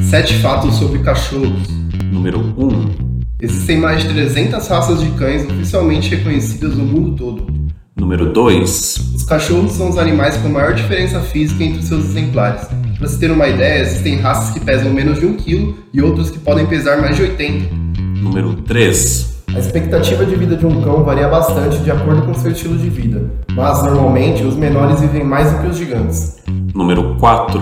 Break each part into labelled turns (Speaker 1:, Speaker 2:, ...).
Speaker 1: Sete fatos sobre cachorros.
Speaker 2: Número 1. Um.
Speaker 1: Existem mais de 300 raças de cães oficialmente reconhecidas no mundo todo.
Speaker 2: Número 2.
Speaker 1: Os cachorros são os animais com maior diferença física entre os seus exemplares. Para se ter uma ideia, existem raças que pesam menos de 1 kg e outras que podem pesar mais de 80.
Speaker 2: Número 3.
Speaker 1: A expectativa de vida de um cão varia bastante de acordo com seu estilo de vida, mas normalmente os menores vivem mais do que os gigantes.
Speaker 2: Número 4.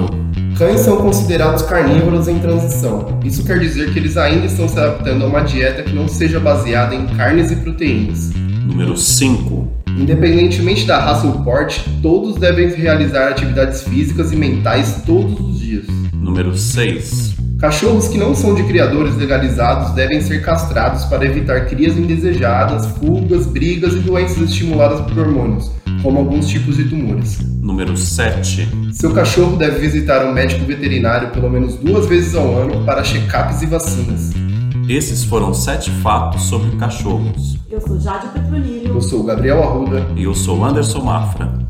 Speaker 1: Cães são considerados carnívoros em transição. Isso quer dizer que eles ainda estão se adaptando a uma dieta que não seja baseada em carnes e proteínas.
Speaker 2: Número 5.
Speaker 1: Independentemente da raça ou porte, todos devem realizar atividades físicas e mentais todos os dias.
Speaker 2: Número 6.
Speaker 1: Cachorros que não são de criadores legalizados devem ser castrados para evitar crias indesejadas, fugas, brigas e doenças estimuladas por hormônios, como alguns tipos de tumores.
Speaker 2: Número 7.
Speaker 1: Seu cachorro deve visitar um médico veterinário pelo menos duas vezes ao ano para check-ups e vacinas.
Speaker 2: Esses foram sete fatos sobre cachorros.
Speaker 3: Eu sou Jade Petronilho.
Speaker 1: Eu sou o Gabriel Arruda.
Speaker 2: E eu sou Anderson Mafra.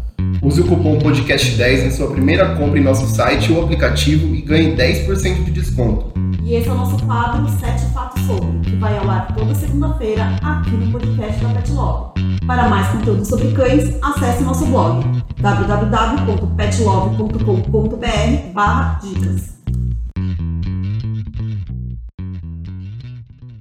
Speaker 1: Use o cupom podcast10 em sua primeira compra em nosso site ou aplicativo e ganhe 10% de desconto.
Speaker 3: E esse é o nosso quadro Sete Fatos Sobre, que vai ao ar toda segunda-feira aqui no podcast da Petlove. Para mais conteúdo sobre cães, acesse nosso blog www.petlove.com.br barra dicas.